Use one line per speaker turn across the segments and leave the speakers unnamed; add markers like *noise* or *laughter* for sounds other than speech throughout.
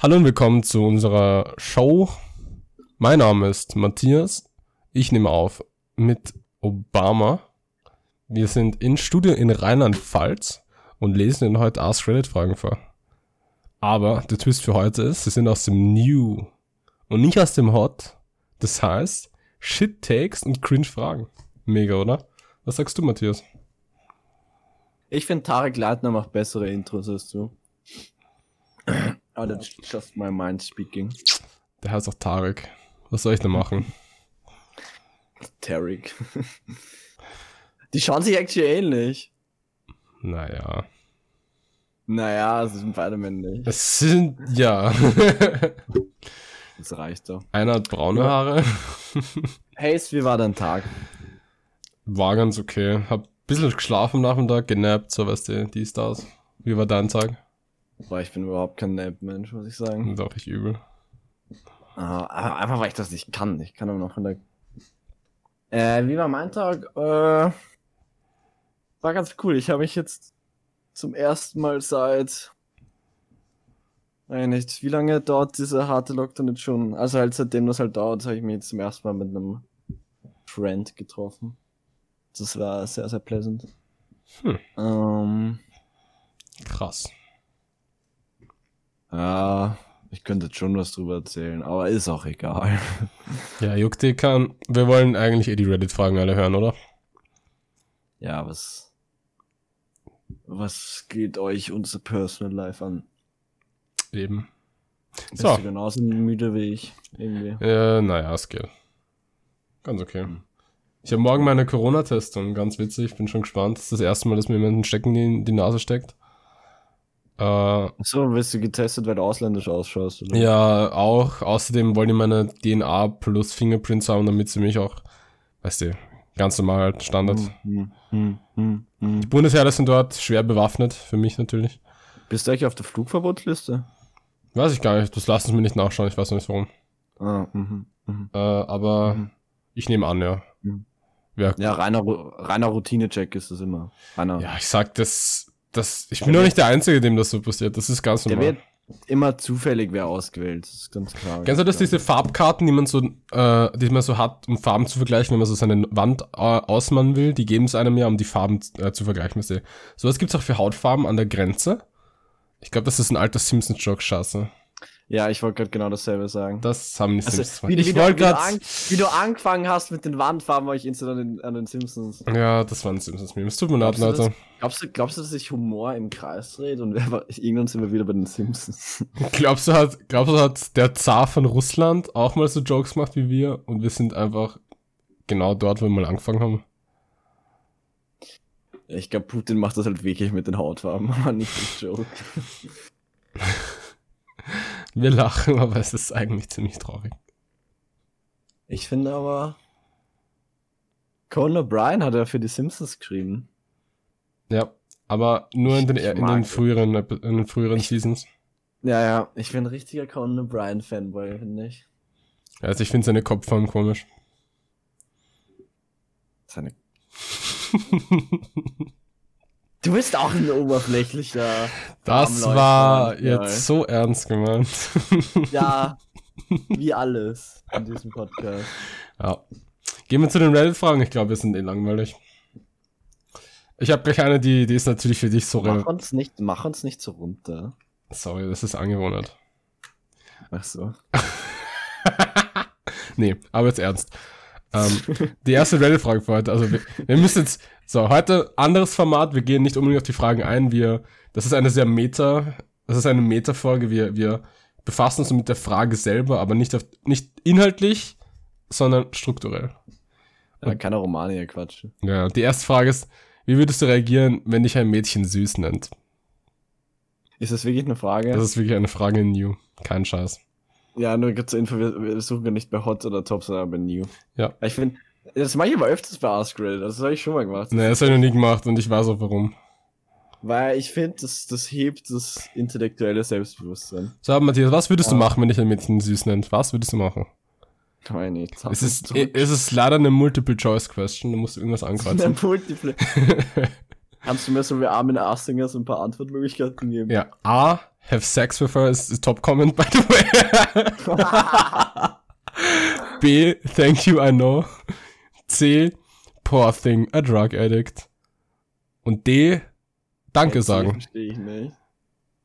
Hallo und willkommen zu unserer Show. Mein Name ist Matthias. Ich nehme auf mit Obama. Wir sind in Studio in Rheinland-Pfalz und lesen Ihnen heute Ask Reddit-Fragen vor. Aber der Twist für heute ist, sie sind aus dem New und nicht aus dem Hot. Das heißt, Shit Takes und Cringe Fragen. Mega, oder? Was sagst du, Matthias?
Ich finde, Tarek Leitner macht bessere Intros als du. Ah, that's just my mind speaking.
Der heißt auch Tarek. Was soll ich denn machen?
Tarek. *laughs* Die schauen sich actually ähnlich.
Naja.
Naja, sie sind beide männlich.
Es sind, ja. *laughs*
Das reicht doch.
Einer hat braune Haare.
Hayes, wie war dein Tag?
War ganz okay. Hab ein bisschen geschlafen am Nachmittag, genappt, so weißt du, dies, das. Wie war dein Tag?
Boah, ich bin überhaupt kein Nap-Mensch, muss ich sagen.
Ist auch nicht übel.
Ah, aber einfach weil ich das nicht kann. Ich kann am Nachmittag. Äh, wie war mein Tag? Äh, war ganz cool. Ich habe mich jetzt zum ersten Mal seit. Weiß nicht, wie lange dauert dieser harte Lockdown jetzt schon? Also halt seitdem das halt dauert, habe ich mich jetzt zum ersten Mal mit einem Friend getroffen. Das war sehr, sehr pleasant.
Hm.
Ähm,
Krass.
ja, ich könnte jetzt schon was drüber erzählen, aber ist auch egal.
Ja, juckt dir keinen. Wir wollen eigentlich eh die Reddit-Fragen alle hören, oder?
Ja, was. Was geht euch unser Personal Life an?
Eben.
Bist
So.
du genauso müde wie ich? Irgendwie.
Äh, naja, es geht. Ganz okay. Ich habe morgen meine Corona-Testung. Ganz witzig, bin schon gespannt. Das ist das erste Mal, dass mir jemand einen Stecken in die Nase steckt. Äh,
Achso, wirst du getestet, weil du ausländisch ausschaust? Oder?
ja, auch. Außerdem wollen die meine DNA plus Fingerprints haben, damit sie mich auch, weißt du, ganz normal halt Standard.
Hm, hm, hm, hm.
Bundesheer sind dort schwer bewaffnet, für mich natürlich.
Bist du eigentlich auf der Flugverbotsliste?
Weiß ich gar nicht, das lassen sie mir nicht nachschauen, ich weiß noch nicht warum.
Ah, mhm, mhm.
Äh, aber
Mhm.
ich nehme an, ja.
Mhm.
Ja,
Ja, reiner, Ru- reiner Routine-Check ist es immer. Reiner.
ja, ich sag, das, das, ich bin doch nicht der Einzige, dem das so passiert, das ist ganz
Der
normal.
wird immer zufällig wer ausgewählt, das ist ganz klar.
Kennst du das, diese Farbkarten, die man so, äh, die man so hat, um Farben zu vergleichen, wenn man so seine Wand äh, ausmachen will, die geben es einem ja, um die Farben äh, zu vergleichen. Weißt du? So was gibt's auch für Hautfarben an der Grenze. Ich glaube, das ist ein alter Simpsons-Joke, scheiße.
Ja, ich wollte gerade genau dasselbe sagen.
Das haben die
Also,
Simpsons. gemacht.
wie, du- wie,
ich
du,
wollte
wie, du
gerade.
an, wie du angefangen hast mit den Wandfarben, war ich instant an den, an den Simpsons.
Ja, das waren Simpsons-Memes. Es Tut mir leid,
Glaubst du,
Leute.
dass, glaubst, du, glaubst du, dass sich Humor im Kreis dreht und *laughs* wer war, irgendwann sind wir wieder bei den *laughs* Simpsons?
*laughs* Glaubst du, hat, glaubst du, hat der Zar von Russland auch mal so Jokes gemacht wie wir und wir sind einfach genau dort, wo wir mal angefangen haben?
Ich glaube, Putin macht das halt wirklich mit den Hautfarben, *laughs* aber nicht als Joke.
Wir lachen, *laughs* aber es ist eigentlich ziemlich traurig.
Ich finde aber, Conan O'Brien hat ja für die Simpsons geschrieben.
Ja, aber nur in den, äh,
Ich
in
mag
den
es.
früheren, Epi- in den früheren Seasons.
Ja, ja, ich bin ein richtiger Conan O'Brien-Fanboy, finde ich.
Also ich finde seine Kopfform komisch.
Seine *laughs* du bist auch ein oberflächlicher.
Das
Armleuchter,
war
ja.
jetzt so ernst gemeint. *laughs*
Ja, wie alles in diesem Podcast.
ja. Gehen wir zu den Reddit-Fragen. Ich glaube, wir sind eh langweilig. Ich habe gleich eine, die, die ist natürlich für dich so
Mach
relevant.
uns nicht, mach uns nicht so runter.
Sorry, das ist angewohnt.
Ach so.
Nee, aber jetzt ernst. Ähm, die erste Reddit-Frage für heute. Also wir, wir müssen jetzt. So, heute anderes Format. Wir gehen nicht unbedingt auf die Fragen ein. Wir, das ist eine sehr Meta, das ist eine Meta-Folge. Wir, wir befassen uns mit der Frage selber, aber nicht auf, nicht inhaltlich, sondern strukturell.
Man kann auch Romane hier quatschen.
Ja, die erste Frage ist, wie würdest du reagieren, wenn dich ein Mädchen süß nennt?
Ist das wirklich eine Frage?
Das ist wirklich eine Frage in New. Kein Scheiß.
ja, nur zur Info, wir, wir suchen ja nicht bei Hot oder Top, sondern bei New.
Ja.
Ich finde, das mache ich aber öfters bei Ask Reddit, das habe ich schon mal gemacht.
Nee, das habe ich noch nie gemacht und ich weiß auch warum.
Weil ich finde, das, das hebt das intellektuelle Selbstbewusstsein.
So, Matthias, was würdest du
Ja.
machen, wenn dich ein Mädchen süß nennt? Was würdest du machen?
Nein, nee, Top-
Es ist, eh äh,
Top-
es ist leider eine Multiple-Choice-Question, da musst du irgendwas
*laughs* Ja,
ankreuzen. *laughs*
Multiple. Kannst du mir so wie Armin Astinger so ein paar Antwortmöglichkeiten geben?
*laughs* ja, A, Have sex with her is the top comment, *laughs* by the way. B. Thank you, I know. C. Poor thing, a drug addict. Und D.
*laughs*
Danke
Jetzt
sagen.
Verstehe ich nicht.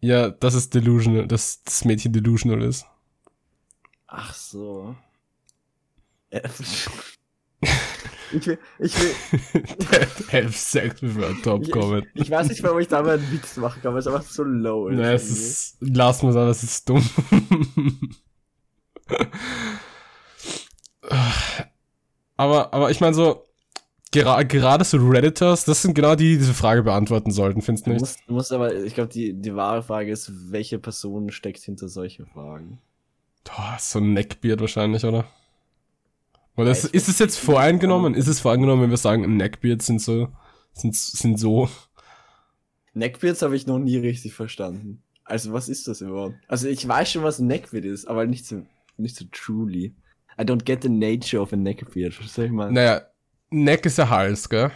Ja, das ist delusional, dass das Mädchen delusional ist. *laughs*
Ach so.
*laughs*
Äh, Ich will, ich, will,
Have sex with her, top
Ich-
comment.
ich weiß nicht, warum ich da mal einen Witz machen kann, weil es einfach so low ist.
Naja, es ist, lassen wir es an, das ist dumm. *laughs* aber, aber ich meine so, gera gerade so Redditors, das sind genau die, die diese Frage beantworten sollten, findest du
Du
nicht?
musst, du musst aber, ich glaube, die, die wahre Frage ist, welche Person steckt hinter solchen Fragen?
Boah, so ein Neckbeard wahrscheinlich, oder? Oder
Ja,
ist,
ich-
ist es jetzt voreingenommen? Ist es voreingenommen, wenn wir sagen, Neckbeards sind so, sind, sind so?
Neckbeards habe ich noch nie richtig verstanden. Also, was ist das überhaupt? Also, ich weiß schon, was ein Neckbeard ist, aber nicht so, nicht so truly. I don't get the nature of a neckbeard, verstehe ich mal.
Naja, Neck ist der Hals, gell?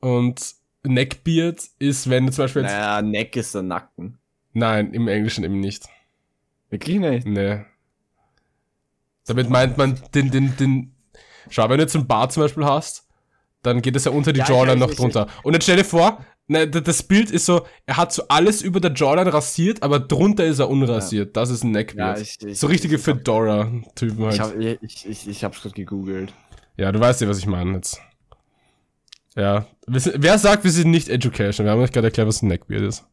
Und Neckbeard ist, wenn du zum Beispiel jetzt,
naja, Neck ist der Nacken.
nein, im Englischen eben nicht.
Wirklich nicht?
Nee. Damit meint man den, den, den. Schau, wenn du jetzt einen Bart zum Beispiel hast, dann geht es ja unter die
Ja, ich
Jawline
weiß,
noch
ich-
drunter. Und jetzt stell dir vor, ne, d- das Bild ist so, er hat so alles über der Jawline rasiert, aber drunter ist er unrasiert. Das ist ein Neckbeard.
ich, ich,
so richtige
ich, ich,
Fedora-Typen halt.
ich, hab, ich, ich, ich hab's gerade gegoogelt.
ja, du weißt ja, was ich meine jetzt. Ja. Wir sind- Wer sagt, wir sind nicht educational? Wir haben euch gerade erklärt, was ein Neckbeard ist.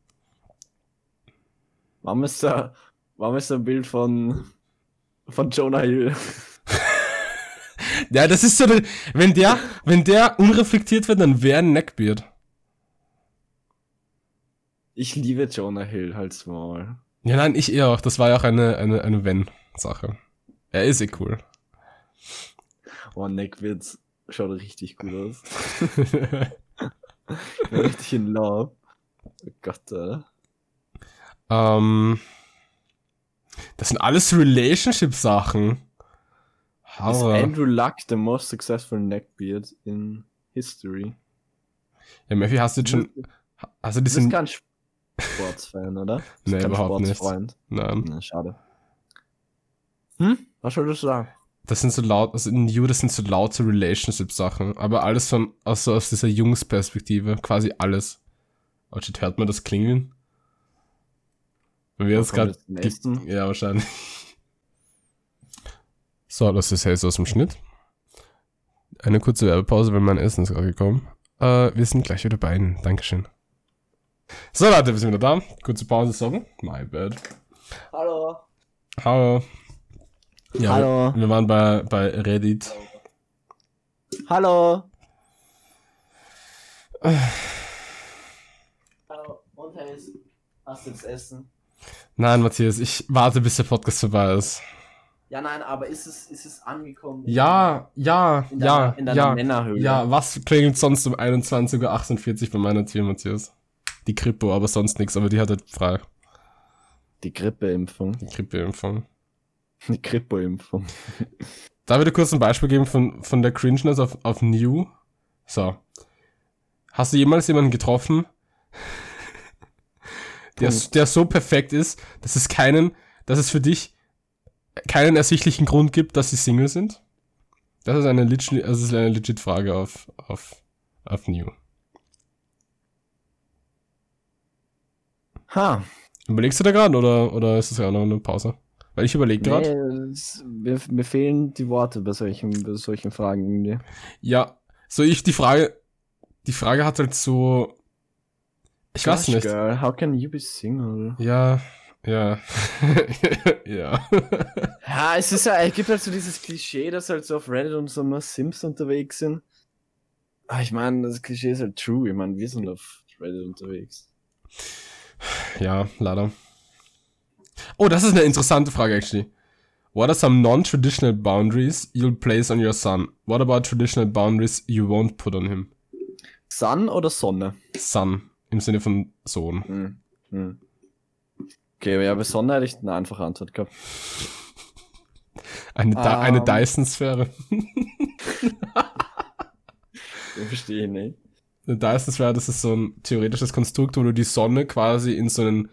Warum ist da, warum ist da ein Bild von, von Jonah Hill?
Ja, das ist so, der- wenn der, wenn der unreflektiert wird, dann wäre ein Neckbeard.
Ich liebe Jonah Hill, halt's mal.
Ja, nein, ich eher auch. Das war ja auch eine, eine, eine Wenn-Sache. Er ist eh cool.
Oh, Neckwitz schaut richtig gut aus.
*laughs*
Ich bin richtig in love. Oh Gott, Alter.
ähm, das sind alles Relationship-Sachen.
Ist
Aber,
Andrew Luck the most successful neckbeard in history?
ja, Murphy, hast du jetzt schon, hast du
Du bist
diesen,
kein
*laughs*
Sportsfan, oder? Du bist
Nee,
kein
überhaupt nicht.
Sportsfreund.
nein.
Na, schade. Hm? Was solltest du sagen?
Das sind so laut, also in You, das sind so laute Relationship-Sachen. Aber alles von, also aus dieser Jungsperspektive. Quasi alles. Oh shit, hört man das klingeln? Wenn wir
Da
jetzt
kommt
gerade
jetzt ein Essen.
Ja, wahrscheinlich. So, das ist Haze aus dem Schnitt. Eine kurze Werbepause, weil mein Essen ist gerade gekommen. Äh, wir sind gleich wieder bei Ihnen. Dankeschön. So, Leute, wir sind wieder da. Kurze Pause, sorry. My bad.
Hallo.
Hallo. Ja,
Hallo.
Wir, wir waren bei, bei Reddit.
Hallo. Hallo. Äh, Und Hayes, hast du das Essen?
Nein, Matthias, ich warte, bis der Podcast vorbei ist.
Ja, nein, aber ist es, ist es angekommen?
Ja, ja,
In deiner,
ja,
in deiner
ja.
Männerhöhle.
Ja, was klingelt sonst um 21.48 Uhr bei meiner Tür, Matthias? Die Kripo, aber sonst nichts, aber die hat halt frei.
Die Grippeimpfung. *laughs*
Die Grippeimpfung.
Die Grippeimpfung.
Darf ich dir kurz ein Beispiel geben von, von der Cringeness auf, auf New? So. Hast du jemals jemanden getroffen, *laughs* der, s- der so perfekt ist, dass es keinen, dass es für dich keinen ersichtlichen Grund gibt, dass sie Single sind? Das ist eine legit, das ist eine legit Frage auf, auf, auf New.
Ha.
Überlegst du da gerade oder, oder ist das ja auch noch eine Pause? Weil ich überlege
Nee,
gerade.
es- mir, mir fehlen die Worte bei solchen, bei solchen Fragen irgendwie.
Ja, so ich die Frage, die Frage hat halt so, ich weiß
Gosh,
nicht.
Girl, how can you be single?
Ja, ja, *laughs* ja.
Ja, es ist ja, es gibt halt so dieses Klischee, dass halt so auf Reddit und so immer Sims unterwegs sind. Aber ich meine, das Klischee ist halt true. Ich meine, wir sind auf Reddit unterwegs.
Ja, leider. Oh, das ist eine interessante Frage, actually. What are some non-traditional boundaries you'll place on your son? What about traditional boundaries you won't put on him?
Sun oder Sonne?
Son, im Sinne von Sohn.
Hm. Hm. Okay, aber ja, bei Sonne hätte ich eine einfache Antwort gehabt.
Eine, Di- eine
Ähm.
Dyson-Sphäre.
Ich verstehe nicht.
Eine Dyson-Sphäre, das ist so ein theoretisches Konstrukt, wo du die Sonne quasi in so einen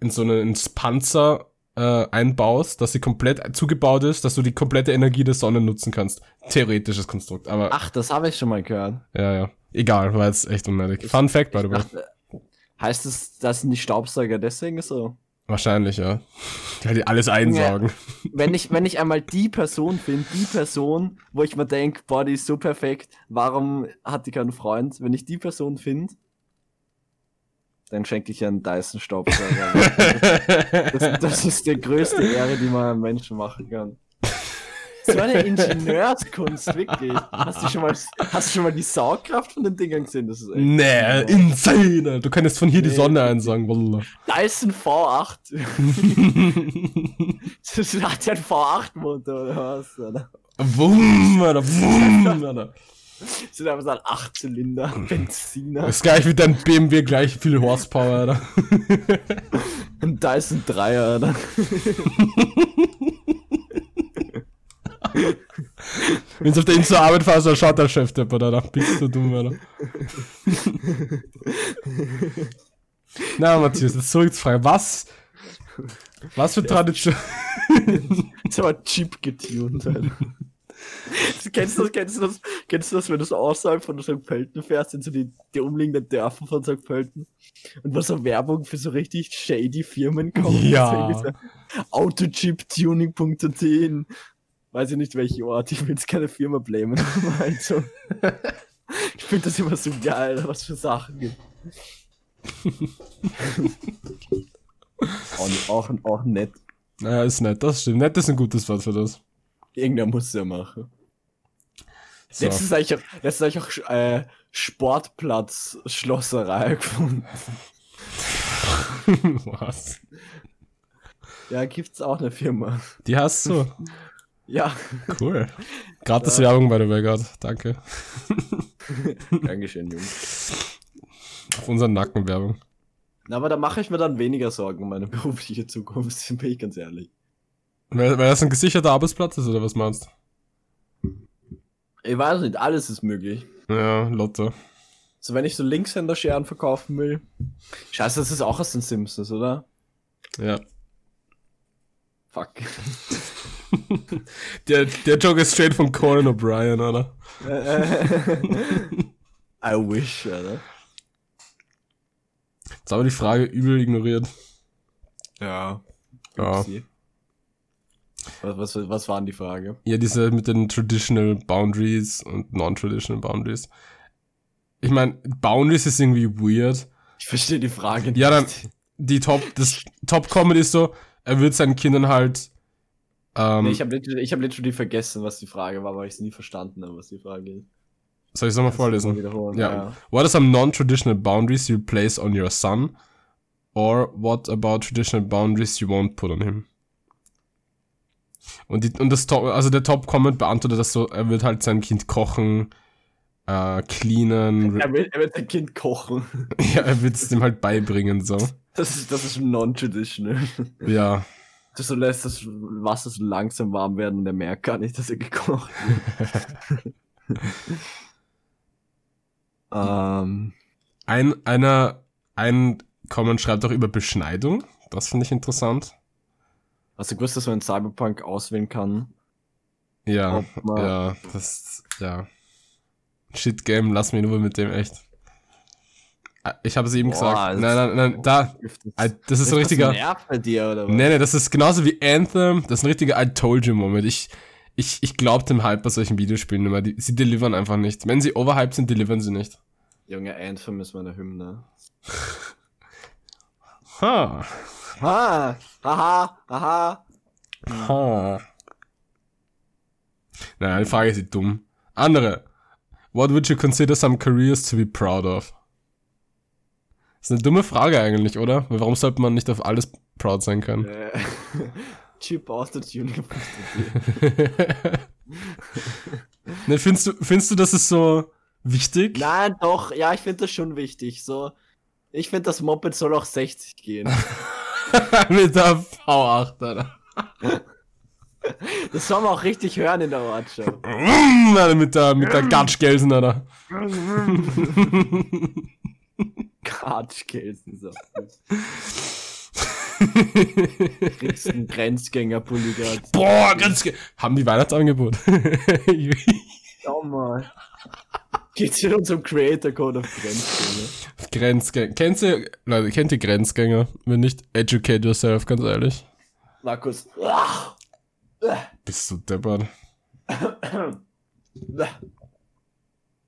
in so einen Panzer äh, einbaust, dass sie komplett zugebaut ist, dass du die komplette Energie der Sonne nutzen kannst. Theoretisches Konstrukt, aber
Ach, das habe ich schon mal gehört.
ja, ja. Egal, war jetzt echt unnötig.
Ich-
Fun Fact, by
Ich
the way.
dachte, äh, heißt es, das sind die Staubsauger deswegen so?
Wahrscheinlich, ja. Weil die alles einsaugen.
Wenn ich, wenn ich einmal die Person bin, die Person, wo ich mir denke, boah, die ist so perfekt, warum hat die keinen Freund? Wenn ich die Person finde, dann schenke ich ihr einen Dyson-Staubsauger. das, das ist die größte Ehre, die man einem Menschen machen kann. So eine Ingenieurskunst, wirklich. Hast du schon mal, hast du schon mal die Saugkraft von den Dingern gesehen? Das ist echt.
nee, insane. Du könntest von hier die
Nee.
Sonne einsaugen, wallah. *laughs*
Dyson V8. Das hat ja einen V8-Motor oder was? Oder?
wumm, Alter, wumm, Alter.
Das sind einfach so ein 8-Zylinder Benziner.
Das ist gleich wie dein BMW, gleich viel Horsepower, Alter.
Ein Dyson 3er, *laughs* oder?
Wenn du auf der Insel zur Arbeit fährst, dann schaut der Chef der Alter. Dann bist du dumm, Alter. Na, Matthias, jetzt zurück zur Frage. Was? Was für Tradition?
Das ist aber cheap getuned, Alter. *laughs* kennst, du das, kennst, du das, kennst du das, wenn du so außerhalb von St. Pölten fährst, in so die, die umliegenden Dörfer von St. Pölten und was so Werbung für so richtig shady Firmen kommt?
Ja.
So irgendwie so Autochiptuning.at in- Weiß ich nicht, welchen Ort, ich will jetzt keine Firma blamen. *laughs* aber halt so. ich finde das immer so geil, was für Sachen gibt. auch, auch, auch nett.
Naja, ist nett, das stimmt. Nett ist ein gutes Wort für das.
Irgendwer muss es ja machen.
So.
Letztens habe ich auch, letztens hab ich auch äh, Sportplatz-Schlosserei *laughs* gefunden.
*laughs* Was?
Ja, gibt's auch eine Firma. *laughs*
Die hast du.
Ja,
Cool. Gratis Werbung bei der Wegard. Danke.
Dankeschön, Jungs.
Auf unseren Nacken Werbung.
Na, aber da mache ich mir dann weniger Sorgen um meine *laughs* berufliche Zukunft, *laughs* bin ich ganz ehrlich.
Weil, weil das ein gesicherter Arbeitsplatz ist, oder was meinst
Ich weiß nicht, alles ist möglich.
du? Ja, Lotto.
So, wenn ich so Linkshänder-Scheren verkaufen will. Scheiße, das ist auch aus den Simpsons, oder?
Ja.
Fuck.
Der, der Joke ist straight von Conan O'Brien, oder?
I wish, oder?
Jetzt haben wir die Frage übel ignoriert.
Ja.
Ja.
Was, was, was waren die Frage?
Ja, diese mit den Traditional Boundaries und Non-Traditional Boundaries. Ich meine, Boundaries ist irgendwie weird.
Ich verstehe die Frage nicht.
Ja, dann- Die Top, das Top-Comment ist so, er wird seinen Kindern halt, ähm,
Nee, ich habe literally, ich hab literally vergessen, was die Frage war, weil ich es nie verstanden habe, was die Frage ist.
soll ich es nochmal
Kannst du
vorlesen?
mal Wiederholen.
Ja.
Ja.
What are some non-traditional boundaries you place on your son? Or what about traditional boundaries you won't put on him? Und, die, und das Top, also der Top-Comment beantwortet das so, er wird halt sein Kind kochen, äh, cleanen,
Er, will, er wird sein Kind kochen.
*laughs* ja, er wird es dem halt beibringen, so.
Das ist, das ist non-traditional.
Ja,
Du so lässt das Wasser so langsam warm werden und er merkt gar nicht, dass er gekocht wird. *laughs* ähm,
ein, einer, ein Comment schreibt auch über Beschneidung, das finde ich interessant.
hast du gewusst, dass man in Cyberpunk auswählen kann?
Ja,
Ob man-
ja, das, ja. Shit Game, lass mich nur mit dem, echt. Ah, Ich habe es eben
Boah,
gesagt.
das-
Nein, nein, nein, da, Ah, Das ist ein richtiger.
Das nervt bei dir, oder was?
Nee, nee, das ist genauso wie Anthem. Das ist ein richtiger I told you Moment. Ich, ich, ich glaub dem Hype bei solchen Videospielen immer. Die, sie delivern einfach nicht. Wenn sie overhyped sind, delivern sie nicht.
Junge, Anthem ist meine Hymne.
Ha.
Ha! Haha! Haha!
Ha. Naja, die Frage ist die dumm. Andere. What would you consider some careers to be proud of? ist eine dumme Frage eigentlich, oder? Weil warum sollte man nicht auf alles proud sein können?
Äh, *laughs* Chip Autotuning.
*laughs* ne, findest du, findest du, das ist so wichtig?
Nein, doch, ja, ich finde das schon wichtig. So, ich finde, das Moped soll auch
*laughs*
60 gehen.
*laughs* Mit der V8, Alter.
Das soll man auch richtig hören in der Ortschaft.
*laughs* Vroom, Mm, Alter, mit der, mit der Gatschgelsen, Alter. *laughs*
Katschkelsen, so. Kriegst einen Grenzgänger-Polygat.
Boah, ganz ge Haben die Weihnachtsangebot? *laughs*
Schau mal. Geht's hier in unserem Creator Code auf Grenzgänger?
Grenzgänger. Kennst du, Leute, kennt ihr Grenzgänger? Wenn nicht, educate yourself, ganz ehrlich.
Markus. Ah!
Bist du deppert.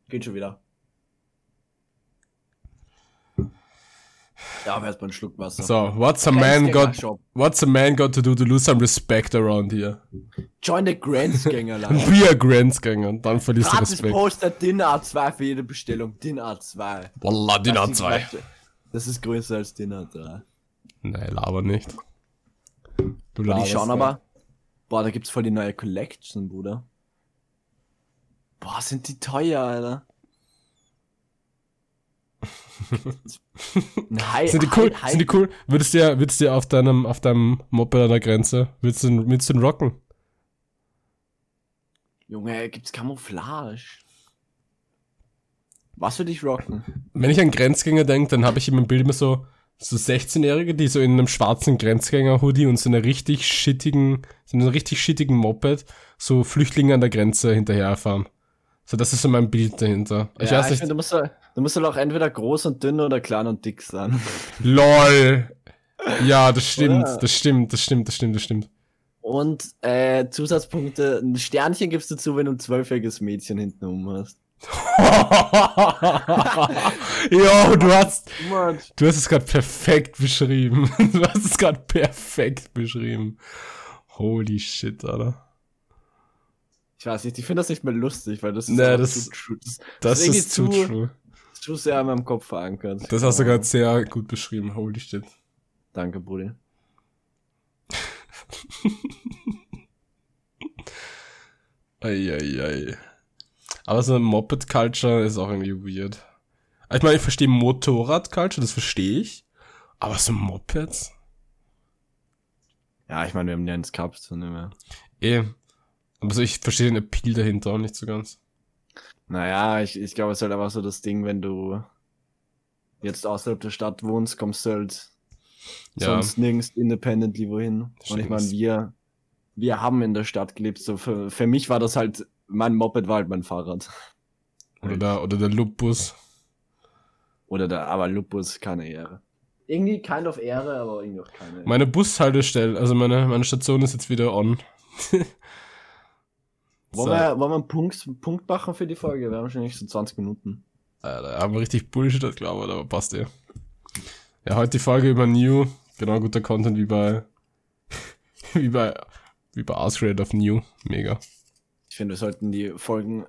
Geht schon wieder. Ja, aber erstmal einen Schluck Wasser.
So, what's a man got,
Grenzgänger-Shop.
what's a man got to do to lose some respect around here?
Join the
*laughs*
Grenzgänger Lounge.
Be a Grenzgänger und dann verlierst du
Gratis
Respekt.
Poster Dinner 2 für jede Bestellung. Dinner 2.
Wallah, Dinner
Das
2.
ist- Das ist größer als Dinner 3.
Nein, laber nicht. Du
Und
laberst.
die schauen
da.
aber, boah, da gibt's voll die neue Collection, Bruder. Boah, sind die
*laughs*
teuer, Alter. Ein Hi-
Sind die cool?
Hi- Hi-
Sind die cool? Würdest du ja, würdest du ja auf deinem, auf deinem Moped an der Grenze, würdest du, den- würdest du den rocken?
Junge, gibt's Camouflage? Was würde ich rocken?
Wenn ich an Grenzgänger denke, dann habe ich immer im Bild immer so, so 16-Jährige, die so in einem schwarzen Grenzgänger-Hoodie und so einer richtig shittigen, so einem richtig shittigen Moped so Flüchtlinge an der Grenze hinterherfahren. So, das ist so mein Bild dahinter. Ich
Ja,
weiß nicht.
find, du musst ja- du musst halt auch entweder groß und dünn oder klein und dick sein.
LOL! Ja, das stimmt,
Oder?
das stimmt, das stimmt, das stimmt, das stimmt. *laughs*
Und äh, Zusatzpunkte, ein Sternchen gibst du zu, wenn du ein zwölfjähriges Mädchen hinten um hast.
Jo, du hast,
Too much.
Du hast es gerade perfekt beschrieben. *laughs* Du hast es gerade perfekt beschrieben. Holy shit, Alter.
Ich weiß nicht, ich finde das nicht mehr lustig, weil das ist,
Nee,
auch
das-
zu, true- das
Das
Deswegen
ist zu
zu-
true. Genau.
ist zu sehr in meinem Kopf verankert.
Das hast du
Ja.
gerade sehr gut beschrieben. Holy shit.
Danke, Brudi.
Eieiei. Aber so eine Moped-Culture ist auch irgendwie weird. Ich meine, ich verstehe Motorrad-Culture, das verstehe ich. Aber so Mopeds?
Ja, ich meine, wir haben Nance Cups zu nehmen.
Eh. Aber so, ich verstehe den Appeal dahinter auch nicht so ganz.
Naja, ich, ich glaube, es ist halt einfach so das Ding, wenn du jetzt außerhalb der Stadt wohnst, kommst du halt
Ja.
sonst nirgends independently wohin. Und ich
Stimmt's.
meine, wir, wir haben in der Stadt gelebt. So für, für mich war das halt, mein Moped war halt mein Fahrrad.
Oder der, oder der Lupus.
Oder der, aber Lupus, keine Ehre. Irgendwie kind of Ehre, aber irgendwie auch keine Ehre.
Meine Bushaltestelle, also meine, meine Station ist jetzt wieder on. *laughs*
Wollen wir, wollen wir einen Punkt, einen Punkt machen für die Folge? Wir haben schon nicht so 20 Minuten.
Alter, haben wir richtig Bullshit, glaube ich, aber passt eh. Ja, heute die Folge über New. Genau, guter Content wie bei, *laughs* wie bei, wie bei Ask Raid of New. Mega.
Ich finde, wir sollten die Folgen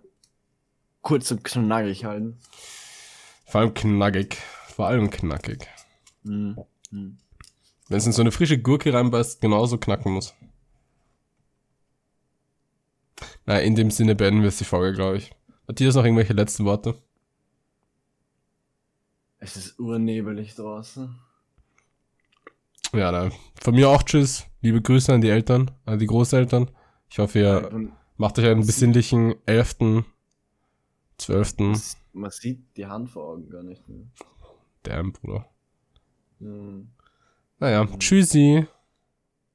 kurz und knackig halten.
Vor allem knackig. Vor allem knackig.
Mhm. Mhm.
Wenn es in so eine frische Gurke reinbeißt, genauso knacken muss. Na, in dem Sinne beenden wir jetzt die Folge, glaube ich. Matthias, noch irgendwelche letzten Worte?
Es ist urnebelig draußen.
Ja, na, von mir auch tschüss. Liebe Grüße an die Eltern, an die Großeltern. Ich hoffe, ihr
Und
macht euch einen besinnlichen 11., 12.
s- Man sieht die Hand vor Augen gar nicht mehr.
Damn, Bruder.
Mhm.
Naja, tschüssi.